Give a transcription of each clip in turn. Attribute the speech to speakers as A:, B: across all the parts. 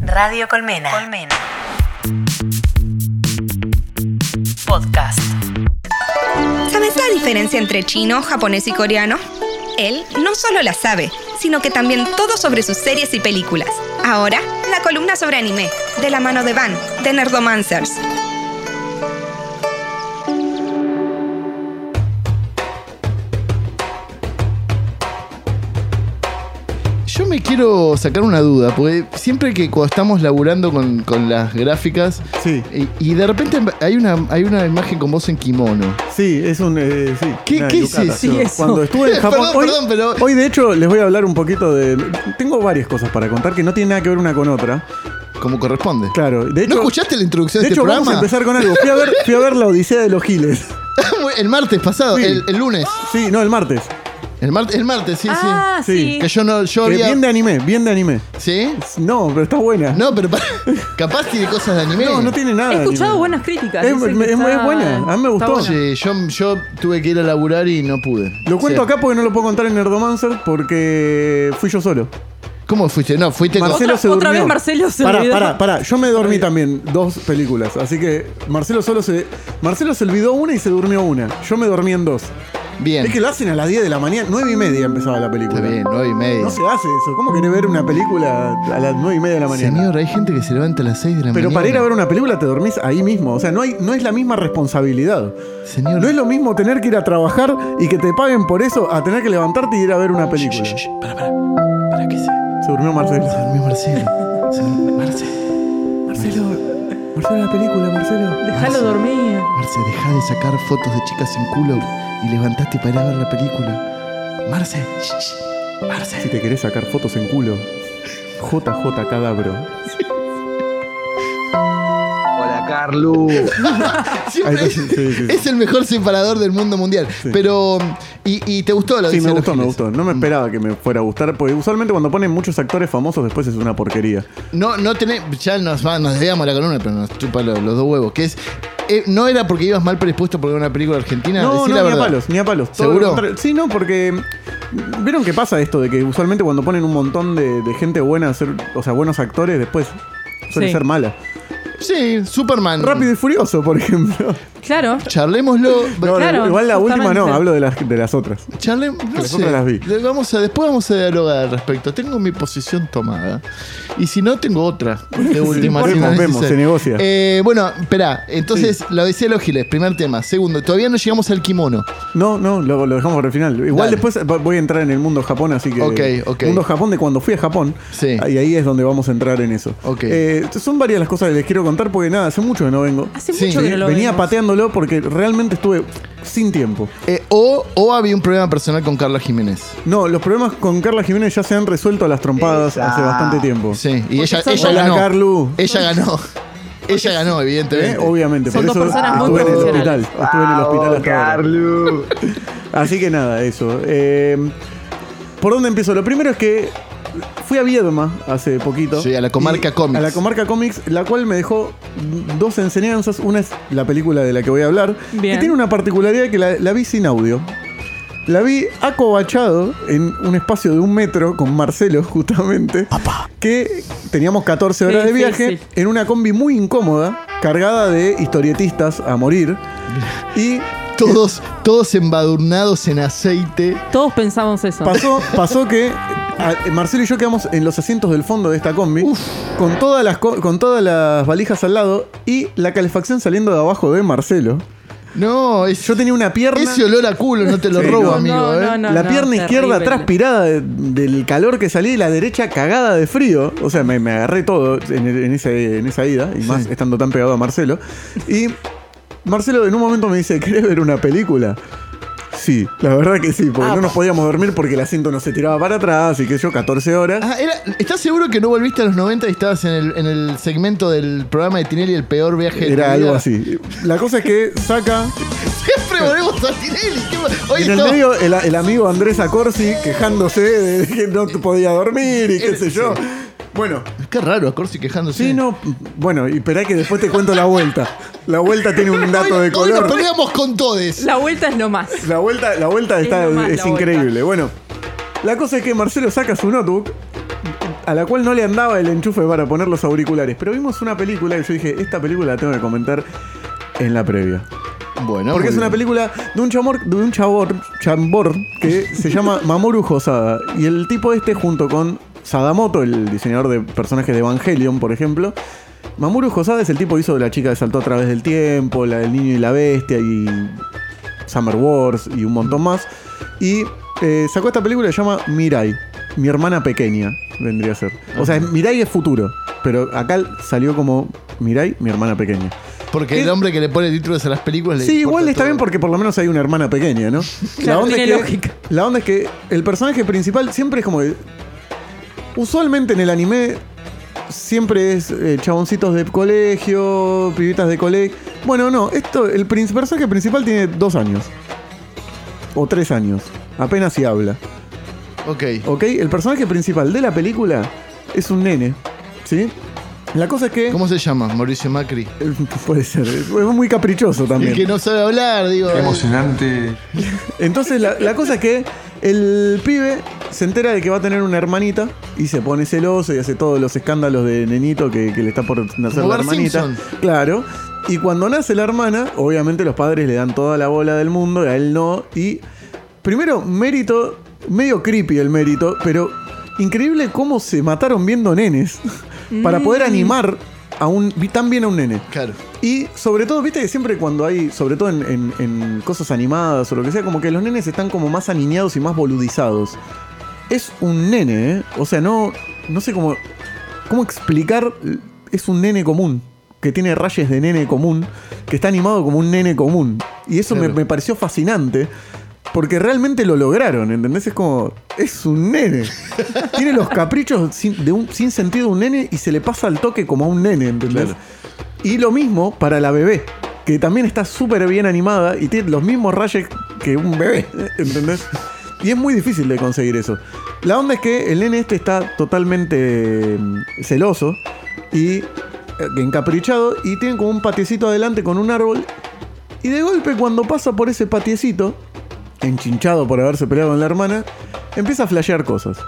A: Radio Colmena. Colmena. Podcast.
B: ¿Sabes la diferencia entre chino, japonés y coreano? Él no solo la sabe, sino que también todo sobre sus series y películas. Ahora, la columna sobre anime, de la mano de Van, de Nerdomancers.
C: Yo me quiero sacar una duda, porque siempre que cuando estamos laburando con, con las gráficas
D: Sí,
C: y, y de repente em, hay una, hay una imagen con vos en kimono.
D: sí, es un. eh, sí,
C: ¿Qué-
D: una
C: qué
D: yucata.
C: es eso?
D: Yo,
C: Sí,
D: Cuando estuve en Japón.
C: Perdón,
D: hoy,
C: perdón, pero-
D: hoy, de hecho, les voy a hablar un poquito de. Tengo varias cosas para contar que no tienen nada que ver una con otra.
C: Como corresponde.
D: Claro, de hecho.
C: ¿No escuchaste la introducción
D: de
C: de,
D: hecho,
C: este
D: vamos a
C: programa?
D: empezar con algo. Fui a ver, fui a ver la Odisea de los Giles.
C: el martes pasado,
D: Sí.
C: el, el lunes.
D: Sí, no, el martes.
C: El, mar- el martes, sí,
E: Ah,
D: Sí.
E: sí.
C: sí. Que yo no, yo
D: Que
C: había-
D: Eh, bien de anime, bien de anime.
C: ¿Sí?
D: No, pero está buena.
C: No, pero pa- capaz tiene cosas de anime.
D: no, no tiene nada.
E: He
D: de
E: escuchado
D: anime.
E: buenas críticas.
D: Es-
E: dicen
D: me-
E: que
D: es muy
E: está-
D: buena, a mí me
E: está
D: gustó.
C: Sí,
E: buena.
C: yo, yo tuve que ir a laburar y no pude.
D: Lo cuento
C: O sea,
D: acá porque no lo puedo contar en Nerdomancer porque fui yo solo.
C: ¿Cómo fuiste? No, fuiste con...
D: Marcelo
E: Otra-
D: se
E: otra
D: durmió.
E: vez Marcelo se
D: pará,
E: olvidó.
D: Pará, pará, yo me dormí también dos películas, así que Marcelo solo se Marcelo se olvidó una y se durmió una. Yo me dormí en dos.
C: Bien.
D: Es que lo hacen a las 10 de la mañana, 9 y media empezaba la película.
C: Está bien, nueve y media.
D: No se hace eso. ¿Cómo querés ver una película a las 9 y media de la mañana?
C: Señor, hay gente que se levanta a las 6 de la
D: Pero
C: mañana.
D: para ir a ver una película te dormís ahí mismo. O sea, no, hay, no es la misma responsabilidad.
C: Señor...
D: No es lo mismo tener que ir a trabajar y que te paguen por eso a tener que levantarte y ir a ver una película.
C: Shh, shh, shh, para, para. Para que se...
D: Se durmió Marcelo.
C: Se durmió Marcelo. Se durmió- Marce,
D: Marcelo, Marcelo, la película, Marcelo.
E: Déjalo dormir.
C: Marce, deja de sacar fotos de chicas sin culo y levantaste para ir a ver la película. Marce, shh, shh,
D: Si
C: Marce.
D: te querés sacar fotos en culo, JJ Cadabro.
F: Hola, Carlu.
C: Siempre
D: Ahí está, sí, sí, sí.
C: es el mejor separador del mundo mundial. Pero, ¿y, y te gustó lo
D: Sí, me
C: dice Mm.
D: gustó, me
C: Lógenes?
D: gustó. No me esperaba que me fuera a gustar, porque usualmente cuando ponen muchos actores famosos después es una porquería.
C: No, no tenés, ya nos, va- nos debíamos la columna, pero nos chupa lo- los dos huevos. Que es, eh, no era porque ibas mal predispuesto por ver una película argentina.
D: No,
C: decí
D: no,
C: la
D: ni a
C: verdad.
D: palos, ni a palos. Todo
C: ¿Seguro?
D: lo contrario. Sí, no, porque mm, vieron que pasa esto de que usualmente cuando ponen un montón de, de gente buena, a ser- o sea, buenos actores, después suele
E: Sí.
D: ser mala.
C: Sí, Superman.
D: Rápido y Furioso, por ejemplo.
E: Claro.
C: Charlémoslo.
D: No, no,
E: Claro,
D: igual la última no,
E: justamente.
D: hablo de las, de las otras.
C: Charlem, no
D: las
C: sé.
D: otras las vi.
C: Le Vamos a, después vamos a dialogar al respecto. Tengo mi posición tomada. Y si no, tengo otra. De última.
D: vemos,
C: si no es
D: vemos,
C: necesario.
D: se negocia.
C: Eh, bueno, espera. Entonces, la odisea de los giles, primer tema. Segundo, todavía no llegamos al kimono.
D: No, no, lo, lo dejamos para el final. Igual
C: Dale.
D: después va- voy a entrar en el mundo Japón, así que.
C: Ok, ok.
D: Mundo Japón de cuando fui a Japón.
C: Sí.
D: Y ahí es donde vamos a entrar en eso.
C: Ok.
D: Eh, son varias las cosas que les quiero contar porque nada, hace mucho que no vengo.
E: Hace
C: Sí,
E: mucho que no lo
D: Venía
E: vemos.
D: pateándolo porque realmente estuve sin tiempo.
C: Eh, o, o había un problema personal con Carla Jiménez.
D: No, los problemas con Carla Jiménez ya se han resuelto a las trompadas
F: Esa.
D: hace bastante tiempo.
C: Sí, y ella,
E: son-
C: ella
D: Hola,
C: ganó.
D: Carlu.
C: Ella ganó. Ella ganó,
D: ¿Eh?
C: evidentemente.
D: Obviamente,
E: Son
D: por
E: dos
D: eso
E: personas muy
D: estuve en el hospital.
E: profesionales.
D: Estuve en el
C: Ah,
D: hospital
F: Bravo,
D: hasta ahora.
F: Carlu.
D: Así que nada, eso. Eh, ¿Por dónde empiezo? Lo primero es que fui a Viedma hace poquito.
C: Sí, a la comarca
D: Y-
C: Comics.
D: A la comarca Comics, la cual me dejó dos enseñanzas. Una es la película de la que voy a hablar.
E: Bien.
D: Que tiene una particularidad que la, la vi sin audio. La vi acobachado en un espacio de un metro con Marcelo, justamente. Que teníamos 14 horas
E: Sí,
D: de
E: sí,
D: viaje
E: sí.
D: en una combi muy incómoda, cargada de historietistas a morir. Y
C: Todos, todos embadurnados en aceite.
E: Todos pensamos eso.
D: Pasó, pasó que a- Marcelo y yo quedamos en los asientos del fondo de esta combi, con, todas las, co- con todas las valijas al lado y la calefacción saliendo de abajo de Marcelo.
C: No, es,
D: Yo tenía una pierna,
C: ese olor a culo no te lo
D: Sí,
C: robo,
D: no,
C: amigo.
E: no,
C: ¿eh?
E: no, no,
D: la
E: no,
D: pierna izquierda
E: terrible.
D: transpirada de- del calor que salía y la derecha cagada de frío. O sea, me, me agarré todo en, el- en esa, en esa ida, y más estando tan pegado a Marcelo. Y Marcelo en un momento me dice, ¿querés ver una película? Sí, la verdad que sí, porque no nos podíamos dormir porque el asiento no se tiraba para atrás y que yo 14 horas.
C: Ah, era- ¿Estás seguro que no volviste a los 90 y estabas en el, en el segmento del programa de Tinelli el peor viaje de tu
D: Era algo
C: vida?
D: así. La cosa es que saca.
C: Siempre volvemos a Tinelli. ¿qué va- Hoy
D: En el
C: estamos-
D: medio, el, el amigo Andrés Acorsi quejándose de que no podía dormir y qué sé yo. Bueno,
C: Qué raro, Corsi quejándose.
D: sí, no. Bueno, y esperá que después te cuento la vuelta. La vuelta tiene un dato de
C: Hoy nos
D: color.
C: peleamos con todes.
E: La vuelta es lo más.
D: La vuelta, la vuelta
E: Es
D: está,
E: lo más,
D: es,
E: la vuelta.
D: increíble. Bueno, la cosa es que Marcelo saca su notebook, a la cual no le andaba el enchufe para poner los auriculares. Pero vimos una película y yo dije, esta película la tengo que comentar en la previa.
C: Bueno,
D: Porque
C: muy
D: es una
C: bien.
D: película de un chamor, de un chabor, chambor que se llama Mamoru Hosada. Y el tipo este, junto con Sadamoto, el diseñador de personajes de Evangelion, por ejemplo. Mamoru Hosada es el tipo que hizo La chica que saltó a través del tiempo, La del niño y la bestia y Summer Wars y un montón más. Y eh, sacó esta película que se llama Mirai, mi hermana pequeña, vendría a ser. O sea, Mirai es futuro, pero acá salió como Mirai, mi hermana pequeña.
C: Porque
D: ¿Qué?
C: el hombre que le pone títulos a las películas le
D: Sí,
C: importa
D: igual está
C: todo.
D: bien porque por lo menos hay una hermana pequeña, ¿no?
E: Claro, tiene
D: es que,
E: lógica.
D: la onda es que el personaje principal siempre es como que- Usualmente en el anime siempre es eh, chaboncitos de colegio, pibitas de colegio. Bueno, no, esto, el prin- personaje principal tiene dos años. O tres años. Apenas si habla.
C: Ok.
D: ¿Ok? El personaje principal de la película es un nene. ¿Sí? La cosa es que.
C: ¿Cómo se llama? Mauricio Macri.
D: Puede ser. Es muy caprichoso también.
C: El que no sabe hablar, digo. eh,
F: Emocionante.
D: Entonces la, la cosa es que el pibe se entera de que va a tener una hermanita y se pone celoso y hace todos los escándalos de nenito que, que le está por nacer
C: Como
D: la
C: Bart
D: hermanita.
C: Simpson.
D: Claro. Y cuando nace la hermana, obviamente los padres le dan toda la bola del mundo, a él no. Y primero, mérito, medio creepy el mérito, pero increíble cómo se mataron viendo nenes para poder animar a un, tan bien a un nene.
C: Claro.
D: Y sobre todo, viste que siempre cuando hay, sobre todo en, en- en cosas animadas o lo que sea, como que los nenes están como más aniñados y más boludizados. Es un nene, ¿eh? O sea, no, no sé cómo, cómo explicar. Es un nene común, que tiene rayes de nene común, que está animado como un nene común. Y eso me-
C: Claro.
D: me, pareció fascinante. Porque realmente lo lograron, ¿entendés? Es como. Es un nene. Tiene los caprichos sin, de un, sin sentido de un nene y se le pasa al toque como a un nene, ¿entendés?
C: Claro.
D: Y lo mismo para la bebé, que también está súper bien animada y tiene los mismos rayos que un bebé, ¿entendés? Y es muy difícil de conseguir eso. La onda es que el nene este está totalmente mm, celoso y eh, encaprichado y tiene como un patiecito adelante con un árbol y de golpe cuando pasa por ese patiecito, enchinchado por haberse peleado con la hermana, empieza a flashear cosas.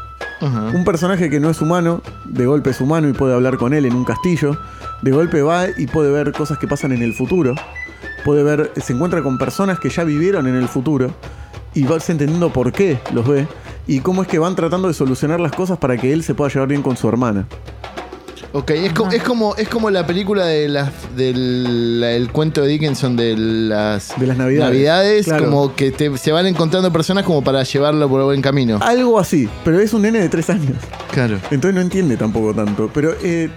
C: Ajá.
D: Un personaje que no es humano, de golpe es humano y puede hablar con él en un castillo. De golpe va y puede ver cosas que pasan en el futuro. Puede ver, se encuentra con personas que ya vivieron en el futuro y vas entendiendo por qué los ve y cómo es que van tratando de solucionar las cosas para que él se pueda llevar bien con su hermana.
C: Ok, es, co- es como, es como la película de las, del la- el cuento de Dickinson de las,
D: De las Navidades. Claro.
C: como que te- se van encontrando personas como para llevarlo por buen camino.
D: Algo así, pero es un nene de tres años.
C: claro.
D: Entonces no entiende tampoco tanto. Pero eh,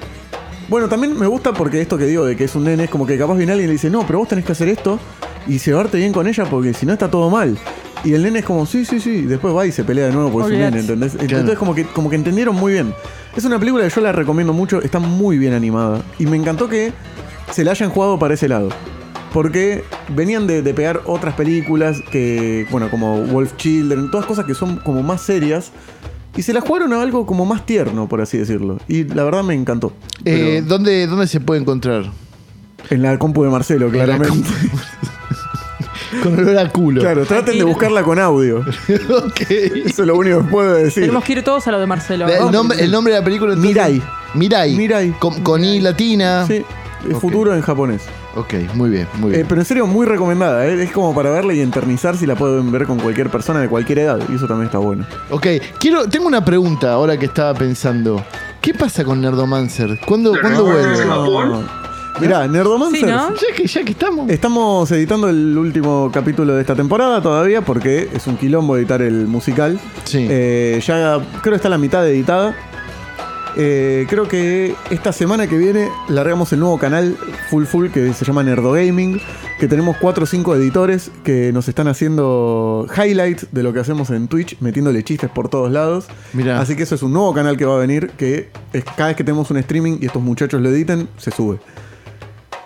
D: bueno, también me gusta porque esto que digo de que es un nene es como que capaz viene alguien y le dice, no, pero vos tenés que hacer esto y llevarte bien con ella porque si no está todo mal. Y el nene es como, sí, sí, sí. Y después va y se pelea de nuevo por su
E: Olvidate.
D: nene, ¿entendés? Entonces
C: Claro.
D: como que, como que entendieron muy bien. Es una película que yo la recomiendo mucho, está muy bien animada. Y me encantó que se la hayan jugado para ese lado. Porque venían de, de pegar otras películas que, bueno, como Wolf Children, todas cosas que son como más serias. Y se la jugaron a algo como más tierno, por así decirlo. Y la verdad me encantó.
C: Eh,
D: Pero
C: ¿dónde, ¿Dónde se puede encontrar?
D: en la compu de Marcelo,
C: la
D: claramente.
C: Con olor a culo.
D: Claro, traten de buscarla con audio.
C: ok.
D: Eso es lo único que puedo decir.
E: Tenemos que ir todos a lo de Marcelo.
C: La- el,
E: Vamos.
C: nombre, el nombre de la película entonces-
D: Mirai.
C: Mirai.
D: Mirai.
C: Con, con I latina.
D: Sí, el
C: Ok.
D: futuro en japonés.
C: Ok, muy bien, muy bien.
D: Eh, pero en serio, muy recomendada. ¿eh? Es como para verla y internizar si la pueden ver con cualquier persona de cualquier edad. Y eso también está bueno.
C: Ok, quiero, tengo una pregunta ahora que estaba pensando. ¿Qué pasa con Nerdomancer? ¿Cuándo, ¿cuándo vuelve?
D: Mirá, Nerdomancer.
E: Sí, ¿no?
C: Ya que, ya que estamos.
D: Eh, Estamos editando el último capítulo de esta temporada todavía porque es un quilombo editar el musical.
C: Sí.
D: Eh, ya creo que está la mitad editada. Eh, creo que esta semana que viene largamos el nuevo canal Full Full que se llama Nerdo Gaming, que tenemos 4 o 5 editores que nos están haciendo highlights de lo que hacemos en Twitch, metiéndole chistes por todos lados.
C: Mirá.
D: Así que eso es un nuevo canal que va a venir, que es, cada vez que tenemos un streaming y estos muchachos lo editen, se sube.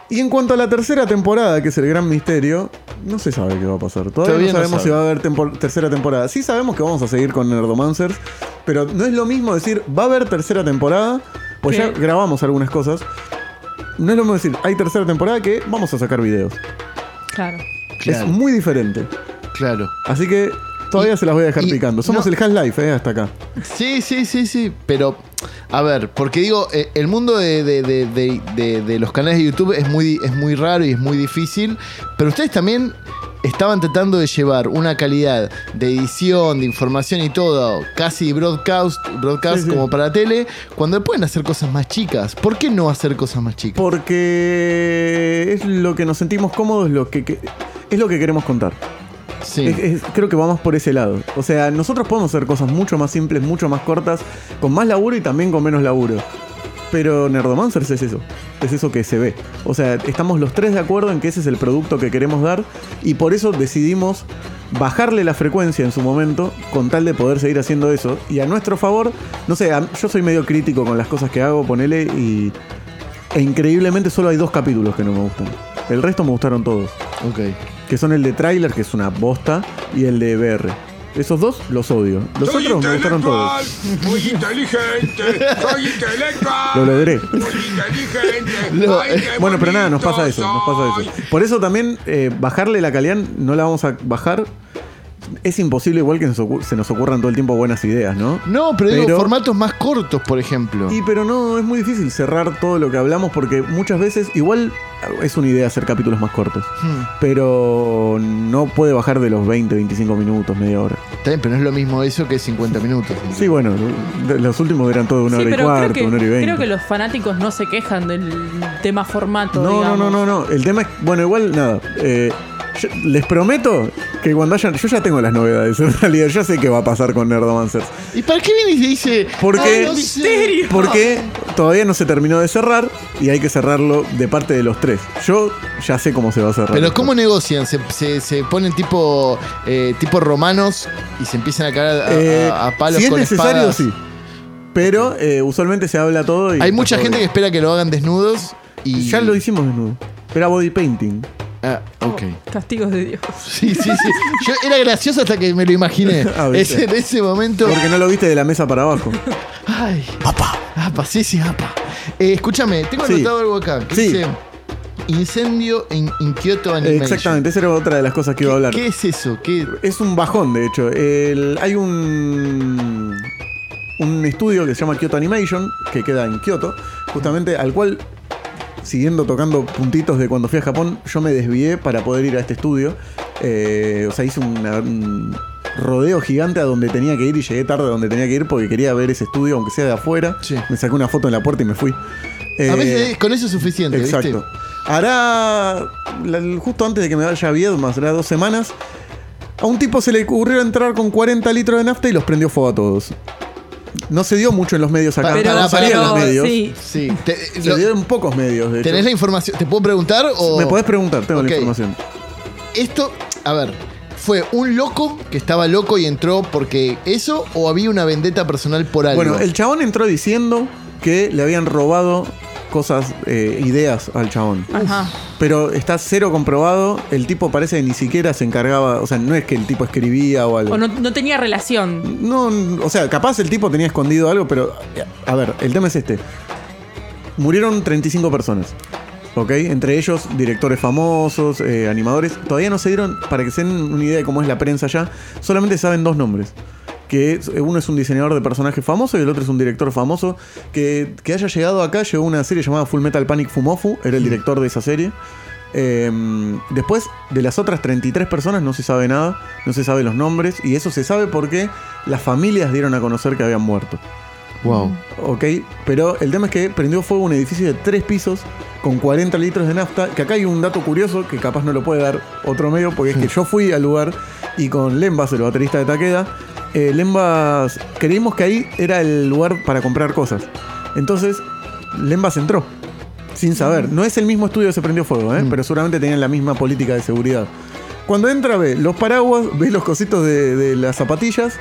D: Y en cuanto a la tercera temporada, que es el gran misterio, no se sabe qué va a pasar. Todavía,
C: Todavía
D: no
C: no
D: sabemos si
C: sabe.
D: va a haber tempor- tercera temporada. Sí sabemos que vamos a seguir con Nerdomancers, pero no es lo mismo decir, va a haber tercera temporada, pues
E: Sí.
D: ya grabamos algunas cosas. No es lo mismo decir, hay tercera temporada que vamos a sacar videos.
E: Claro.
C: Claro,
D: Es muy diferente.
C: claro.
D: Así que todavía
C: Y-
D: se las voy a dejar
C: y-
D: picando. Somos
C: no.
D: el Half-Life, eh, hasta acá.
C: Sí, sí, sí, sí. Pero A ver, porque digo, eh, el mundo de, de- de- de- de- de los canales de YouTube es muy, es muy raro y es muy difícil, pero ustedes también estaban tratando de llevar una calidad de edición, de información y todo, casi broadcast, broadcast
D: Sí, sí.
C: como para tele, cuando pueden hacer cosas más chicas. ¿Por qué no hacer cosas más chicas?
D: Porque es lo que nos sentimos cómodos, lo que, que- es lo que queremos contar.
C: Sí.
D: Es- es- creo que vamos por ese lado. O sea, nosotros podemos hacer cosas mucho más simples, mucho más cortas, con más laburo y también con menos laburo. Pero Nerdomancers es eso. Es eso que se ve. O sea, estamos los tres de acuerdo en que ese es el producto que queremos dar y por eso decidimos bajarle la frecuencia en su momento con tal de poder seguir haciendo eso. Y a nuestro favor, no sé, a- yo soy medio crítico con las cosas que hago, ponele, y. E increíblemente solo hay dos capítulos que no me gustan. El resto me gustaron todos
C: Ok.
D: que son el de trailer, que es una bosta, y el de BR. Esos dos los odio. Los
G: Soy
D: otros me gustaron
G: intelectual,
D: todos.
G: muy inteligente, soy intelectual.
D: Lo logré.
G: Muy inteligente.
C: Lo-
G: ay, qué
D: Bueno, pero nada, nos
G: bonito
D: pasa eso, nos pasa eso.
G: soy.
D: Por eso también eh, bajarle la calidad no la vamos a bajar. Es imposible igual que nos ocu- se nos ocurran todo el tiempo buenas ideas, ¿no?
C: No, pero, digo,
D: Pero-
C: formatos más cortos, por ejemplo.
D: Y pero no, es muy difícil cerrar todo lo que hablamos porque muchas veces igual es una idea hacer capítulos más cortos.
C: Hmm.
D: Pero no puede bajar de los 20, 25 minutos, media hora.
C: Está bien, pero no es lo mismo eso que 50 minutos.
D: Sí, bueno, de- los últimos eran todo de una
E: sí,
D: hora y
E: pero
D: cuarto,
E: creo, que,
D: una hora y veinte.
E: creo que los fanáticos no se quejan del tema formato.
D: No, no,
E: digamos.
D: no, no, no. El tema es. Bueno, igual nada. eh, yo- les prometo que cuando hayan. Yo ya tengo las novedades, en realidad. Ya sé qué va a pasar con Nerdomancers.
C: ¿Y para qué viene y se dice?
D: Porque.
C: "Ay, no sé"?
D: Porque todavía no se terminó de cerrar y hay que cerrarlo de parte de los tres. Yo ya sé cómo se va a cerrar.
C: Pero
D: esto.
C: ¿cómo negocian? ¿Se, se- se ponen tipo eh, tipo romanos y se empiezan a cagar a,
D: Eh,
C: a- a palos
D: Si es
C: con
D: necesario,
C: espadas?
D: sí. Pero eh, usualmente se habla todo y.
C: Hay mucha gente que espera que lo hagan desnudos y...
D: Ya lo hicimos desnudo. Era body painting.
C: Ah, ok.
E: Castigos de Dios.
C: Sí, sí, sí. Yo era gracioso hasta que me lo imaginé.
D: Ah,
C: Ese-
D: viste.
C: en ese momento...
D: Porque no lo viste de la mesa para abajo.
C: Ay. Apa. Apa, sí, sí, apa. Eh, escúchame, tengo
D: Sí.
C: anotado algo acá. Que
D: Sí.
C: dice... Incendio en, en Kyoto Animation.
D: Exactamente, esa era otra de las cosas que iba a hablar.
C: ¿Qué es eso? ¿Qué?
D: Es un bajón, de hecho. El- hay un, un estudio que se llama Kyoto Animation, que queda en Kyoto, justamente al cual, siguiendo tocando puntitos de cuando fui a Japón, yo me desvié para poder ir a este estudio. Eh, o sea, hice una- un rodeo gigante a donde tenía que ir y llegué tarde a donde tenía que ir porque quería ver ese estudio, aunque sea de afuera.
C: Sí.
D: Me saqué una foto en la puerta y me fui.
C: A
D: Eh,
C: veces con eso es suficiente, ¿viste?
D: Exacto. Hará. la- justo antes de que me vaya a Viedma, será dos semanas. A un tipo se le ocurrió entrar con 40 litros de nafta y los prendió fuego a todos. No se dio mucho en los medios acá.
C: Pero-
D: no salía en los
C: pero-
D: medios.
E: sí.
C: Sí. Te- eh,
D: Se
C: lo-
D: dio en pocos medios, de hecho.
C: ¿Tenés la información? ¿Te puedo preguntar? O
D: Me podés preguntar, tengo
C: Ok.
D: la información.
C: Esto, a ver, ¿fue un loco que estaba loco y entró porque eso o había una vendetta personal por algo?
D: Bueno, el chabón entró diciendo que le habían robado cosas, eh, ideas al chabón.
E: Ajá.
D: Pero está cero comprobado. El tipo parece que ni siquiera se encargaba. O sea, no es que el tipo escribía o algo.
E: O no, no tenía relación.
D: No, n- o sea, capaz el tipo tenía escondido algo, pero a ver, el tema es este. Murieron 35 personas, ¿ok? Entre ellos directores famosos, eh, animadores. Todavía no se dieron, para que se den una idea de cómo es la prensa ya, solamente saben dos nombres. Que es- uno es un diseñador de personajes famoso y el otro es un director famoso. Que, que haya llegado acá, llegó una serie llamada Full Metal Panic Fumofu, era el director de esa serie. Eh, después de las otras 33 personas no se sabe nada, no se sabe los nombres y eso se sabe porque las familias dieron a conocer que habían muerto.
C: Wow.
D: Ok, pero el tema es que prendió fuego un edificio de tres pisos con 40 litros de nafta, que acá hay un dato curioso que capaz no lo puede dar otro medio, porque es que yo fui al lugar y con Lembas, el baterista de Taqueda, eh, Lembas, creímos que ahí era el lugar para comprar cosas. Entonces, Lembas entró, sin saber. No es el mismo estudio que se prendió fuego, ¿eh? pero seguramente tenían la misma política de seguridad. Cuando entra ve los paraguas, ve los cositos de- de las zapatillas,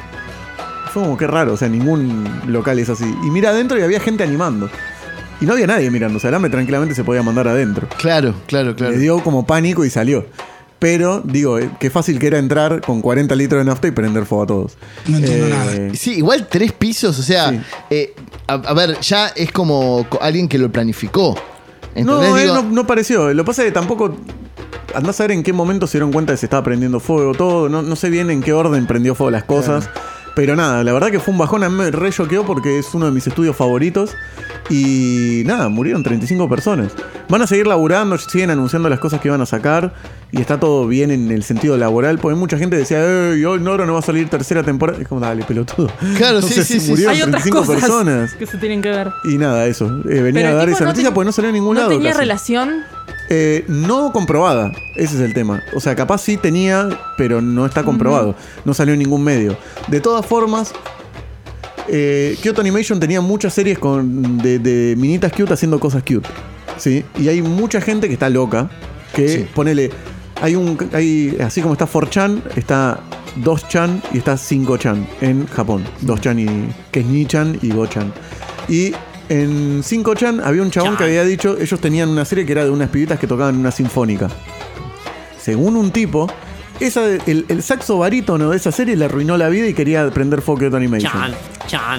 D: fue como que raro, o sea, ningún local es así. Y mira adentro y había gente animando. Y no había nadie mirando, o sea, el hambre tranquilamente se podía mandar adentro.
C: Claro, claro, claro.
D: Le dio como pánico y salió. Pero, digo, eh, qué fácil que era entrar con 40 litros de nafta y prender fuego a todos. Eh, No entiendo nada.
C: Sí, igual tres pisos, o sea,
D: Sí.
C: eh, a, a ver, ya es como co- alguien que lo planificó.
D: No,
C: ¿Entendés?
D: él
C: Digo,
D: no, no pareció. Lo que pasa es que tampoco. Andás a saber en qué momento se dieron cuenta de que se estaba prendiendo fuego todo. No, no sé bien en qué orden prendió fuego las cosas. Pero nada, la verdad que fue un bajón, a mí me re choqueó porque es uno de mis estudios favoritos. Y nada, murieron 35 personas. Van a seguir laburando, siguen anunciando las cosas que van a sacar. Y está todo bien en el sentido laboral, porque mucha gente decía, "Ey, hoy Noro no va a salir tercera temporada. Es como, dale, pelotudo.
C: Claro, sí,
D: Entonces,
C: sí, sí,
D: Murieron
E: Hay otras
D: 35
E: cosas
D: personas.
E: que se tienen que ver.
D: Y nada, eso. Eh, venía
E: Pero
D: a
E: el
D: dar
E: tipo
D: esa
E: no
D: noticia
E: ten-
D: porque no salió en ningún
E: ¿No
D: lado.
E: tenía
D: casi.
E: relación?
D: Eh, no comprobada, ese es el tema. O sea, capaz sí tenía, pero no está comprobado. No salió en ningún medio. De todas formas, eh, Kyoto Animation tenía muchas series con, de, de minitas cute haciendo cosas cute. ¿sí? Y hay mucha gente que está loca, que
C: Sí.
D: ponele... Hay un, hay, así como está 4chan, está 2chan y está 5chan en Japón. 2chan y, que es Ni-chan y Go-chan. Y en 5chan había un chabón que había dicho, ellos tenían una serie que era de unas pibitas que tocaban una sinfónica. Según un tipo, esa, el, el saxo barítono de esa serie le arruinó la vida y quería prender fuego Kyoto Animation.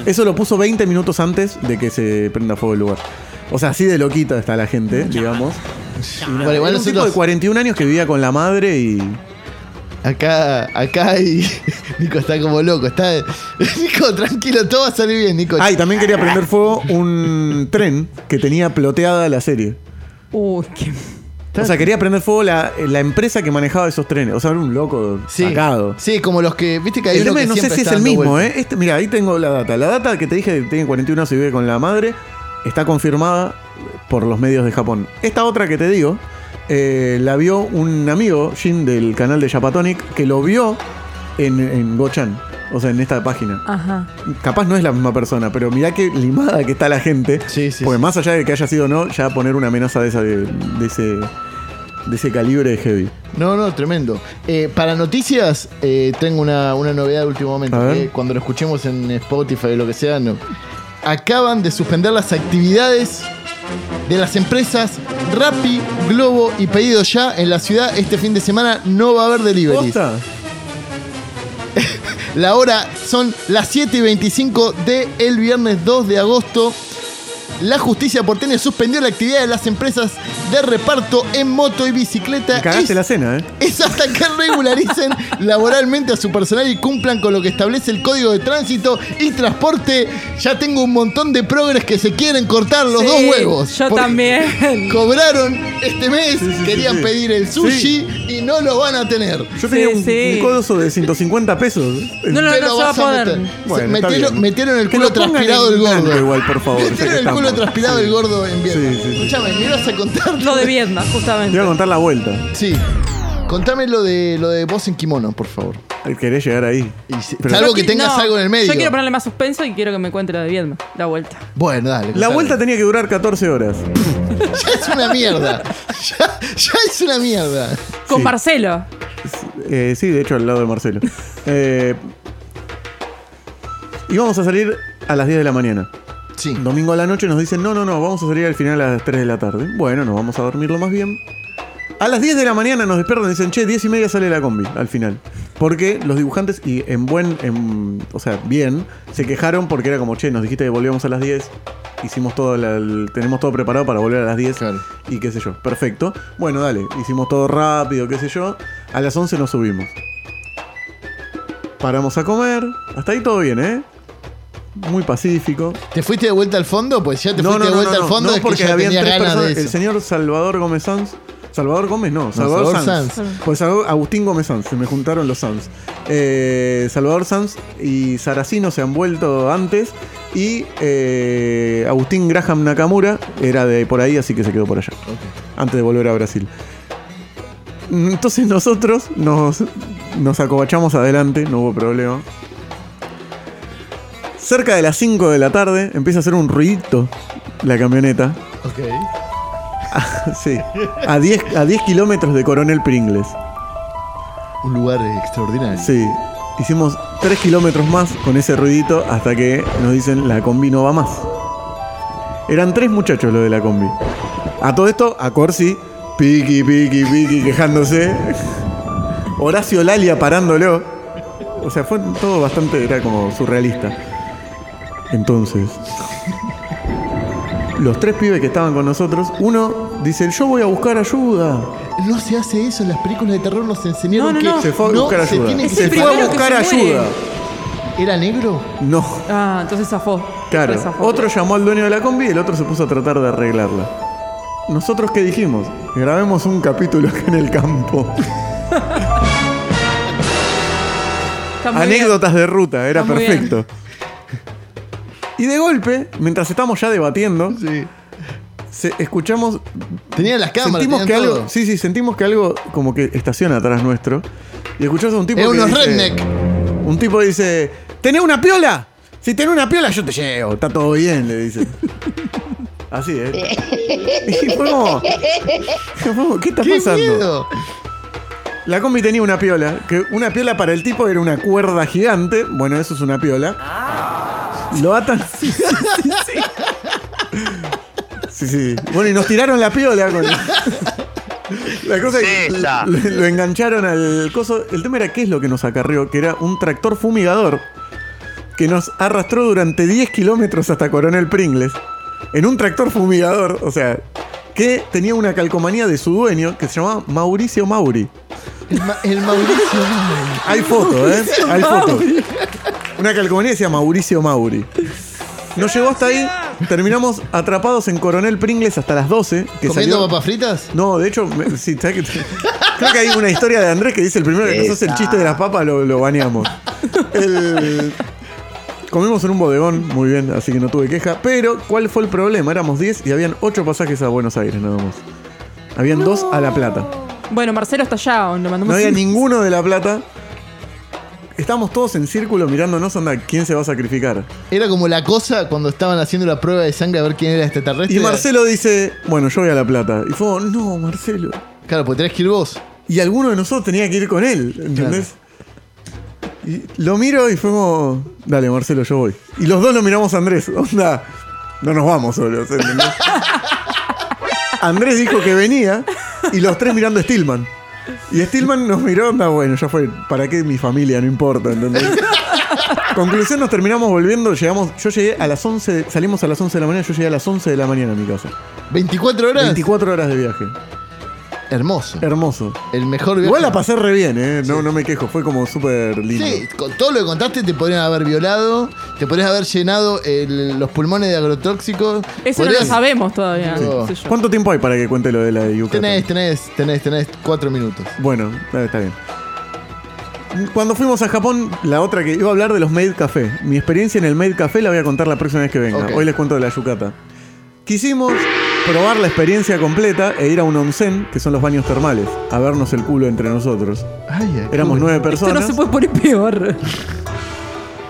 D: Eso lo puso 20 minutos antes de que se prenda fuego el lugar. O sea, así de loquita está la gente, digamos.
C: Bueno, igual
D: Era un tipo
C: nosotros-
D: de 41 años que vivía con la madre y...
C: Acá, acá hay. Nico está como loco. Está. Nico, tranquilo, todo va a salir bien, Nico.
D: Ah, y también quería prender fuego un tren que tenía ploteada la serie.
E: Uy, qué...
D: O sea, quería prender fuego la, la empresa que manejaba esos trenes. O sea, era un loco
C: sí,
D: sacado.
C: sí, como los que. Viste que hay
D: El
C: uno
D: tema
C: que
D: es, no sé
C: siempre
D: si es
C: está
D: el
C: dando
D: mismo,
C: vueltas.
D: ¿eh? Este- mira, ahí tengo la data. La data que te dije que tiene 41 años y vive con la madre está confirmada por los medios de Japón. Esta otra que te digo, eh, la vio un amigo, Jin, del canal de Japatonic, que lo vio en, en Gochan. O sea, en esta página.
E: Ajá.
D: Capaz no es la misma persona, pero mirá qué limada que está la gente.
C: Sí, sí,
D: porque
C: sí.
D: más allá de que haya sido o no, ya poner una amenaza de, esa, de, de ese, de ese calibre de heavy.
C: No, no, tremendo. Eh, para noticias, eh, tengo una, una novedad de último momento.
D: A ver.
C: que cuando lo escuchemos en Spotify o lo que sea, no. acaban de suspender las actividades de las empresas Rappi, Globo y Pedido Ya en la ciudad. Este fin de semana no va a haber deliveries.
D: ¿Posta?
C: La hora son las 7 y 25 de el viernes 2 de agosto. La justicia porteña suspendió la actividad de las empresas de reparto en moto y bicicleta.
D: Me cagaste
C: Es-
D: la cena, ¿eh?
C: es hasta que regularicen laboralmente a su personal y cumplan con lo que establece el Código de Tránsito y Transporte. Ya tengo un montón de progres que se quieren cortar los
E: Sí,
C: dos huevos.
E: Yo
C: Porque
E: también.
C: Cobraron este mes,
D: Sí, sí, sí,
C: querían
D: sí.
C: pedir el sushi y no lo van a tener.
D: Yo tenía
E: Sí,
D: un,
E: sí.
D: un codazo de 150 pesos.
E: No, no,
C: Te
E: no
C: lo
E: se va a
C: vas
E: poder.
C: meter.
D: Bueno,
C: Se-
D: está
C: metieron,
D: bien.
C: metieron el
D: Que lo
C: culo
D: pongan
C: transpirado
D: en
C: del gordo.
D: blanco igual, por favor, ya
C: Metieron
D: que
C: el culo
D: estamos.
C: transpirado del gordo en Vietnam.
D: Sí, sí, sí.
C: Escuchame, me ibas a contar.
E: Lo de Vietnam,
D: Te
E: justamente.
D: iba a contar la vuelta.
C: Sí. Contame lo de lo de vos en kimono, por favor.
D: Ay, Querés llegar ahí.
C: Y si-
D: Pero-
C: salvo
E: Yo
C: que
E: qui-
C: tengas
E: no,
C: algo en el medio.
E: Yo quiero ponerle más suspenso y quiero que me cuente lo de Vietnam. La vuelta.
C: Bueno, dale.
D: La
C: contame.
D: vuelta tenía que durar 14 horas.
C: Ya es una mierda. Ya, ya es una mierda.
E: Con
D: Sí.
E: Marcelo.
D: Eh, sí, de hecho, al lado de Marcelo. Eh, íbamos a salir a las 10 de la mañana.
C: Sí.
D: Domingo a la noche nos dicen, no, no, no, vamos a salir al final a las 3 de la tarde. Bueno, nos vamos a dormirlo más bien. A las 10 de la mañana nos despiertan y dicen, che, 10 y media sale la combi al final. Porque los dibujantes, y en buen, en- o sea, bien, se quejaron porque era como, che, nos dijiste que volvíamos a las 10, hicimos todo, la- el- tenemos todo preparado para volver a las 10
C: Claro.
D: y qué sé yo. Perfecto. Bueno, dale, hicimos todo rápido, qué sé yo. A las 11 nos subimos. Paramos a comer. Hasta ahí todo bien, ¿eh? Muy pacífico
C: ¿Te fuiste de vuelta al fondo? Pues ya te fuiste de vuelta al
D: no,
C: fondo. es que
D: porque
C: ya
D: habían
C: tenía
D: tres
C: ganas
D: personas.
C: de
D: El
C: eso.
D: señor Salvador Gómez Sanz. Salvador Gómez no, Salvador,
C: Salvador
D: Sanz.
E: Sanz.
D: Pues Salvador- Agustín Gómez Sanz, se me juntaron los Sanz. Eh, Salvador Sanz y Saracino se han vuelto antes. Y eh, Agustín Graham Nakamura era de por ahí, así que se quedó por allá. Antes de volver a Brasil. Entonces nosotros nos, nos acobachamos adelante, no hubo problema. Cerca de las 5 de la tarde empieza a hacer un ruidito la camioneta.
C: Ok.
D: Sí. A 10, a 10 kilómetros de Coronel Pringles.
C: Un lugar eh, extraordinario.
D: Sí. Hicimos 3 kilómetros más con ese ruidito hasta que nos dicen la combi no va más. Eran tres muchachos los de la combi. A todo esto, a Corsi, piqui, piqui, piqui, quejándose. Horacio Lalia parándolo. O sea, fue todo bastante, era como surrealista. Entonces, los tres pibes que estaban con nosotros, uno dice, yo voy a buscar ayuda.
C: No se hace eso. En las películas de terror nos enseñaron
E: No, no,
C: que
E: no.
D: Se fue a buscar
C: se
D: ayuda.
C: tiene
D: Se,
E: Es
C: que
D: fue
E: el
D: a
E: primero que
D: buscar
E: se muere.
D: ayuda.
C: ¿Era negro?
D: No.
E: Ah, entonces zafó.
D: Claro.
E: Re zafó.
D: Otro llamó al dueño de la combi y el otro se puso a tratar de arreglarla. ¿Nosotros qué dijimos? Grabemos un capítulo acá en el campo.
E: Está muy bien.
D: Anécdotas de ruta, era
E: Está muy
D: perfecto. Y de golpe, mientras estamos ya debatiendo,
C: Sí.
D: se- escuchamos
C: Tenía las cámaras.
D: sentimos que
C: tenían todo.
D: algo, sí, sí, sentimos que algo como que estaciona atrás nuestro. Y escuchás a un tipo
C: Es
D: que
C: unos
D: dice-
C: redneck.
D: Un tipo dice, "¿Tenés una piola? Si tenés una piola, yo te llevo, está todo bien", le dice. Así ¿eh? Y fue como, fue como, ¿qué está
C: ¡Qué
D: pasando?
C: miedo!
D: La combi tenía una piola, que una piola para el tipo era una cuerda gigante. Bueno, eso es una piola. Lo atan. Sí, sí, sí. Bueno, y nos tiraron la piola con. La cosa es que
H: Esa.
D: lo, lo engancharon al coso. El tema era qué es lo que nos acarrió, que era un tractor fumigador que nos arrastró durante 10 kilómetros hasta Coronel Pringles en un tractor fumigador, o sea, que tenía una calcomanía de su dueño que se llamaba Mauricio Mauri.
C: El, Ma- el Mauricio. Mauri.
D: Hay foto, ¿eh? Hay foto. Una calcomanía decía Mauricio Mauri. Nos llevó hasta ahí. Terminamos atrapados en Coronel Pringles hasta las 12. Que
C: ¿Comiendo
D: salió...
C: papas fritas?
D: No, de hecho, me- sí, ¿sabes qué? creo que hay una historia de Andrés que dice el primero que nosotros el chiste de las papas lo, lo baneamos. El- Comimos en un bodegón, muy bien, así que no tuve queja. Pero, ¿cuál fue el problema? Éramos 10 y habían 8 pasajes a Buenos Aires, nada más. Habían 2 a La Plata.
E: Bueno, Marcelo está allá, le mandamos
D: No había
E: un-
D: ninguno de La Plata. Estábamos todos en círculo mirándonos, anda, ¿quién se va a sacrificar?
C: Era como la cosa cuando estaban haciendo la prueba de sangre a ver quién era extraterrestre.
D: Y Marcelo dice, bueno, yo voy a La Plata. Y fue, no, Marcelo.
C: Claro, pues tenés que ir vos.
D: Y alguno de nosotros tenía que ir con él, ¿entendés? Y lo miro y fuimos, dale, Marcelo, yo voy. Y los dos lo miramos a Andrés, onda, no nos vamos solos, ¿entendés? Andrés dijo que venía y los tres mirando a Stillman. Y Stillman nos miró, onda, bueno, ya fue, ¿para qué mi familia? No importa, ¿entendés? Conclusión, nos terminamos volviendo, llegamos, yo llegué a las 11, de- salimos a las 11 de la mañana, yo llegué a las 11 de la mañana a mi casa.
C: ¿24 horas?
D: 24 horas de viaje,
C: Hermoso.
D: hermoso.
C: El mejor viaje.
D: Igual la pasé re bien, ¿eh? No, no me quejo, fue como súper lindo.
C: Sí, con todo lo que contaste te podrían haber violado, te podrías haber llenado el- los pulmones de agrotóxicos.
E: Eso no lo
C: Podrías-
E: sabemos todavía. no sé yo.
D: ¿Cuánto tiempo hay para que cuente lo de la de Yucatán?
C: Tenés,
E: este.
C: tenés, tenés, tenés cuatro minutos.
D: Bueno, eh, está bien. Cuando fuimos a Japón, la otra que iba a hablar de los Maid Café. Mi experiencia en el Maid Café la voy a contar la próxima vez que venga.
C: Ok.
D: Hoy les cuento de la Yucata. Quisimos probar la experiencia completa e ir a un onsen, que son los baños termales, a vernos el culo entre nosotros.
C: Ay,
D: Éramos nueve
E: Esto
D: personas.
E: Este no se puede poner peor.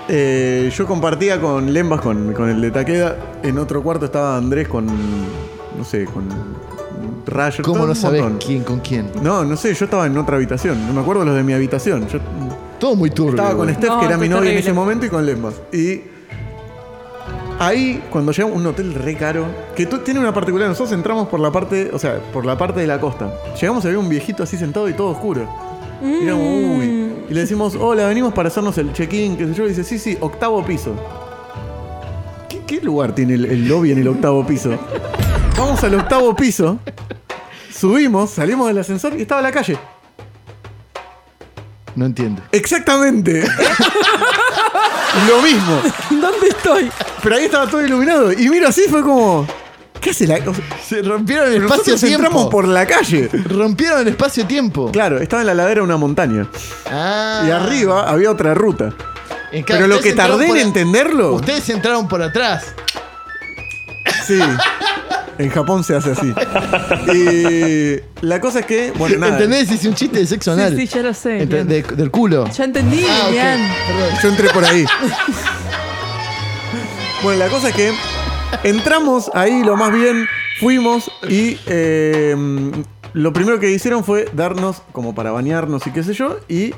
D: Eh, yo compartía con Lembas, con, con el de Taqueda. En otro cuarto estaba Andrés con. No sé, con. Rayo.
C: ¿Cómo
D: todo
C: no
D: un
C: sabés
D: montón.
C: quién con quién?
D: No, no sé, yo estaba en otra habitación. No me acuerdo los de mi habitación. Yo
C: Todo muy turbio.
D: estaba con
C: güey.
D: Steph,
E: No,
D: que era
E: esto
D: mi
E: es
D: novia en
E: terrible.
D: ese momento, y con Lembas. Y. Ahí, cuando llegamos a un hotel re caro, que tú- tiene una particularidad, nosotros entramos por la parte, o sea, por la parte de la costa. Llegamos y había un viejito así sentado y todo oscuro. Y éramos,
E: Mm.
D: uy. Y le decimos, hola, venimos para hacernos el check-in, qué sé yo. Y dice, sí, sí, octavo piso. ¿Qué, qué lugar tiene el, el lobby en el octavo piso? Vamos al octavo piso, subimos, salimos del ascensor y estaba la calle.
C: No entiendo.
D: Exactamente. Lo mismo.
E: ¿Dónde estoy?
D: Pero ahí estaba todo iluminado. Y miro así, fue como. ¿Qué hace la.? o sea,
C: Se rompieron el
D: nosotros entramos
C: espacio-tiempo.
D: por la calle.
C: Rompieron el espacio-tiempo.
D: Claro, estaba en la ladera de una montaña.
C: Ah.
D: Y arriba había otra ruta.
C: En ca-
D: Pero lo
C: ustedes
D: que
C: entraron
D: tardé en
C: por a-
D: entenderlo.
C: Ustedes entraron por atrás.
D: Sí. En Japón se hace así. Y la cosa es que. Bueno, nada.
C: ¿Entendés? Hice un chiste de sexo anal.
E: Sí, sí, ya lo sé.
C: Ente-
E: Leandro.
C: de- del culo.
E: Ya entendí,
C: Ah, ok.
E: Leandro.
C: Perdón.
D: Yo entré por ahí. Bueno, la cosa es que entramos ahí lo más bien, fuimos y eh, lo primero que hicieron fue darnos como para bañarnos y qué sé yo y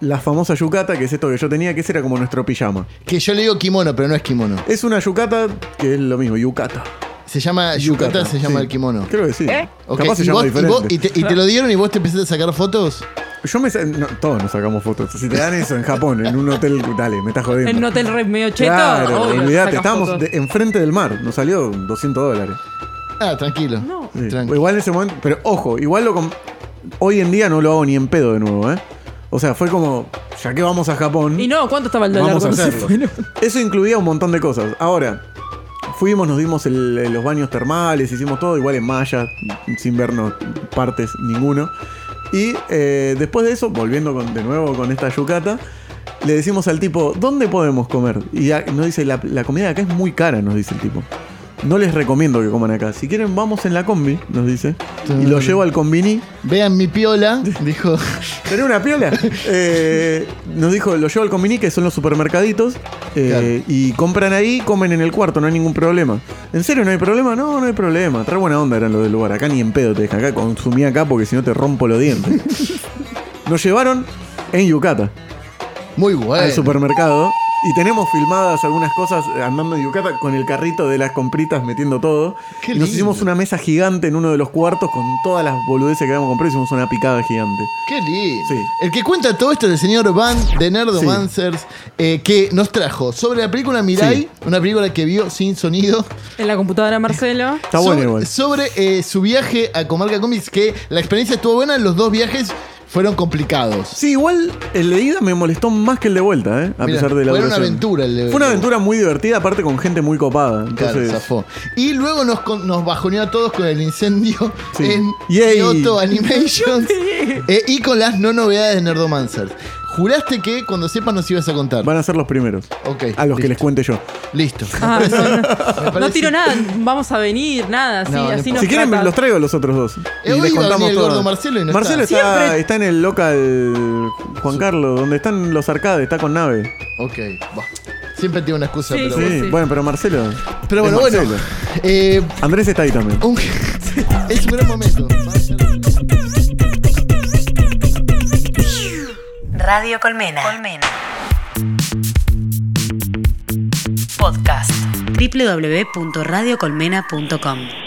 D: la famosa yucata, que es esto que yo tenía, que ese era como nuestro pijama.
C: Que yo le digo kimono, pero no es kimono.
D: Es una yucata que es lo mismo, yucata.
C: Se llama Yucata, se llama
D: sí.
C: el kimono.
D: Creo que sí.
E: ¿Eh?
C: Ok,
D: Capaz se
C: y
D: llama
C: vos- y
D: diferente.
C: vos- y te, y te lo dieron y vos te empezaste a sacar fotos.
D: Yo me sa- no, todos nos sacamos fotos. Si te dan eso en Japón, en un hotel, dale, me estás jodiendo.
E: En un hotel re medio cheto.
D: Claro,
E: obvio,
D: olvídate,
E: sacas
D: estábamos
E: fotos.
D: de- enfrente del mar, nos salió 200 dólares.
C: Ah, tranquilo.
E: No.
D: Sí.
C: Tranqui.
D: Igual en ese momento, pero ojo, igual lo com- hoy en día no lo hago ni en pedo de nuevo, ¿eh? O sea, fue como, ya que vamos a Japón.
E: Y no, ¿cuánto estaba el dólar
D: Vamos a
E: cuando se
D: hacerlo.
E: fueron?
D: Eso incluía un montón de cosas. Ahora, fuimos, nos dimos el- el- los baños termales, hicimos todo, igual en malla, sin vernos partes ninguno. Y eh, después de eso, volviendo con- de nuevo con esta yucata, le decimos al tipo, ¿dónde podemos comer? Y a- nos dice, la, la comida de acá es muy cara, nos dice el tipo. No les recomiendo que coman acá. Si quieren, vamos en la combi, nos dice. Y lo llevo al combini.
C: Vean mi piola, dijo.
D: ¿Tenés una piola? Eh, nos dijo, lo llevo al Combini, que son los supermercaditos, eh,
C: Claro.
D: y compran ahí, comen en el cuarto, no hay ningún problema. ¿En serio no hay problema? No, no hay problema. Re buena onda eran los del lugar. Acá ni en pedo te dejan. Acá consumí acá porque si no te rompo los dientes. nos llevaron en Yucata,
C: Muy bueno.
D: al supermercado. Y tenemos filmadas algunas cosas eh, andando en Yucata con el carrito de las compritas metiendo todo.
C: Qué
D: Y nos
C: lindo.
D: hicimos una mesa gigante en uno de los cuartos con todas las boludeces que habíamos comprado. Hicimos una picada gigante.
C: Qué lindo.
D: Sí.
C: El que cuenta todo esto es el señor Van de Nerdomancers, eh, que nos trajo sobre la película Mirai,
D: Sí.
C: una película que vio sin sonido.
E: En la computadora Marcelo.
D: Está
C: sobre,
D: bueno igual.
C: Sobre eh, su viaje a Comarca Comics, que la experiencia estuvo buena, los dos viajes fueron complicados.
D: Sí, igual el de ida me molestó más que el de vuelta, ¿eh? A
C: Mirá,
D: pesar de la
C: fue una
D: duración.
C: aventura el de-
D: Fue una aventura muy divertida, aparte con gente muy copada.
C: Claro,
D: Entonces,
C: zafó. Y luego nos, con- nos bajoneó a todos con el incendio
D: Sí.
C: en
D: Yay.
C: Kyoto Animations eh, y con las no novedades de Nerdomancers. Juraste que cuando sepas nos ibas a contar.
D: van a ser los primeros.
C: Ok,
D: A los que les cuente yo.
C: Listo.
E: Ah, no, no.
C: Me parece-
E: No tiro nada, vamos a venir, nada, así,
C: No, no
E: así
C: importa.
E: nos
D: si quieren,
E: trata.
D: los traigo a los otros dos.
C: Eh, hoy iba a venir el gordo Marcelo y no
D: Marcelo
C: está.
D: está,
E: Siempre-
D: está en el local Juan Carlos, donde están los arcades, está con nave.
C: Ok, va. Siempre tiene una excusa,
E: Sí,
C: pero
E: sí.
C: bueno.
D: Sí, bueno, pero Marcelo.
C: Pero
D: es
C: bueno, bueno.
D: Marcelo.
C: Eh,
D: Andrés está ahí también.
C: un- es un gran momento.
A: Radio Colmena. Colmena. Podcast.
H: www.radiocolmena.com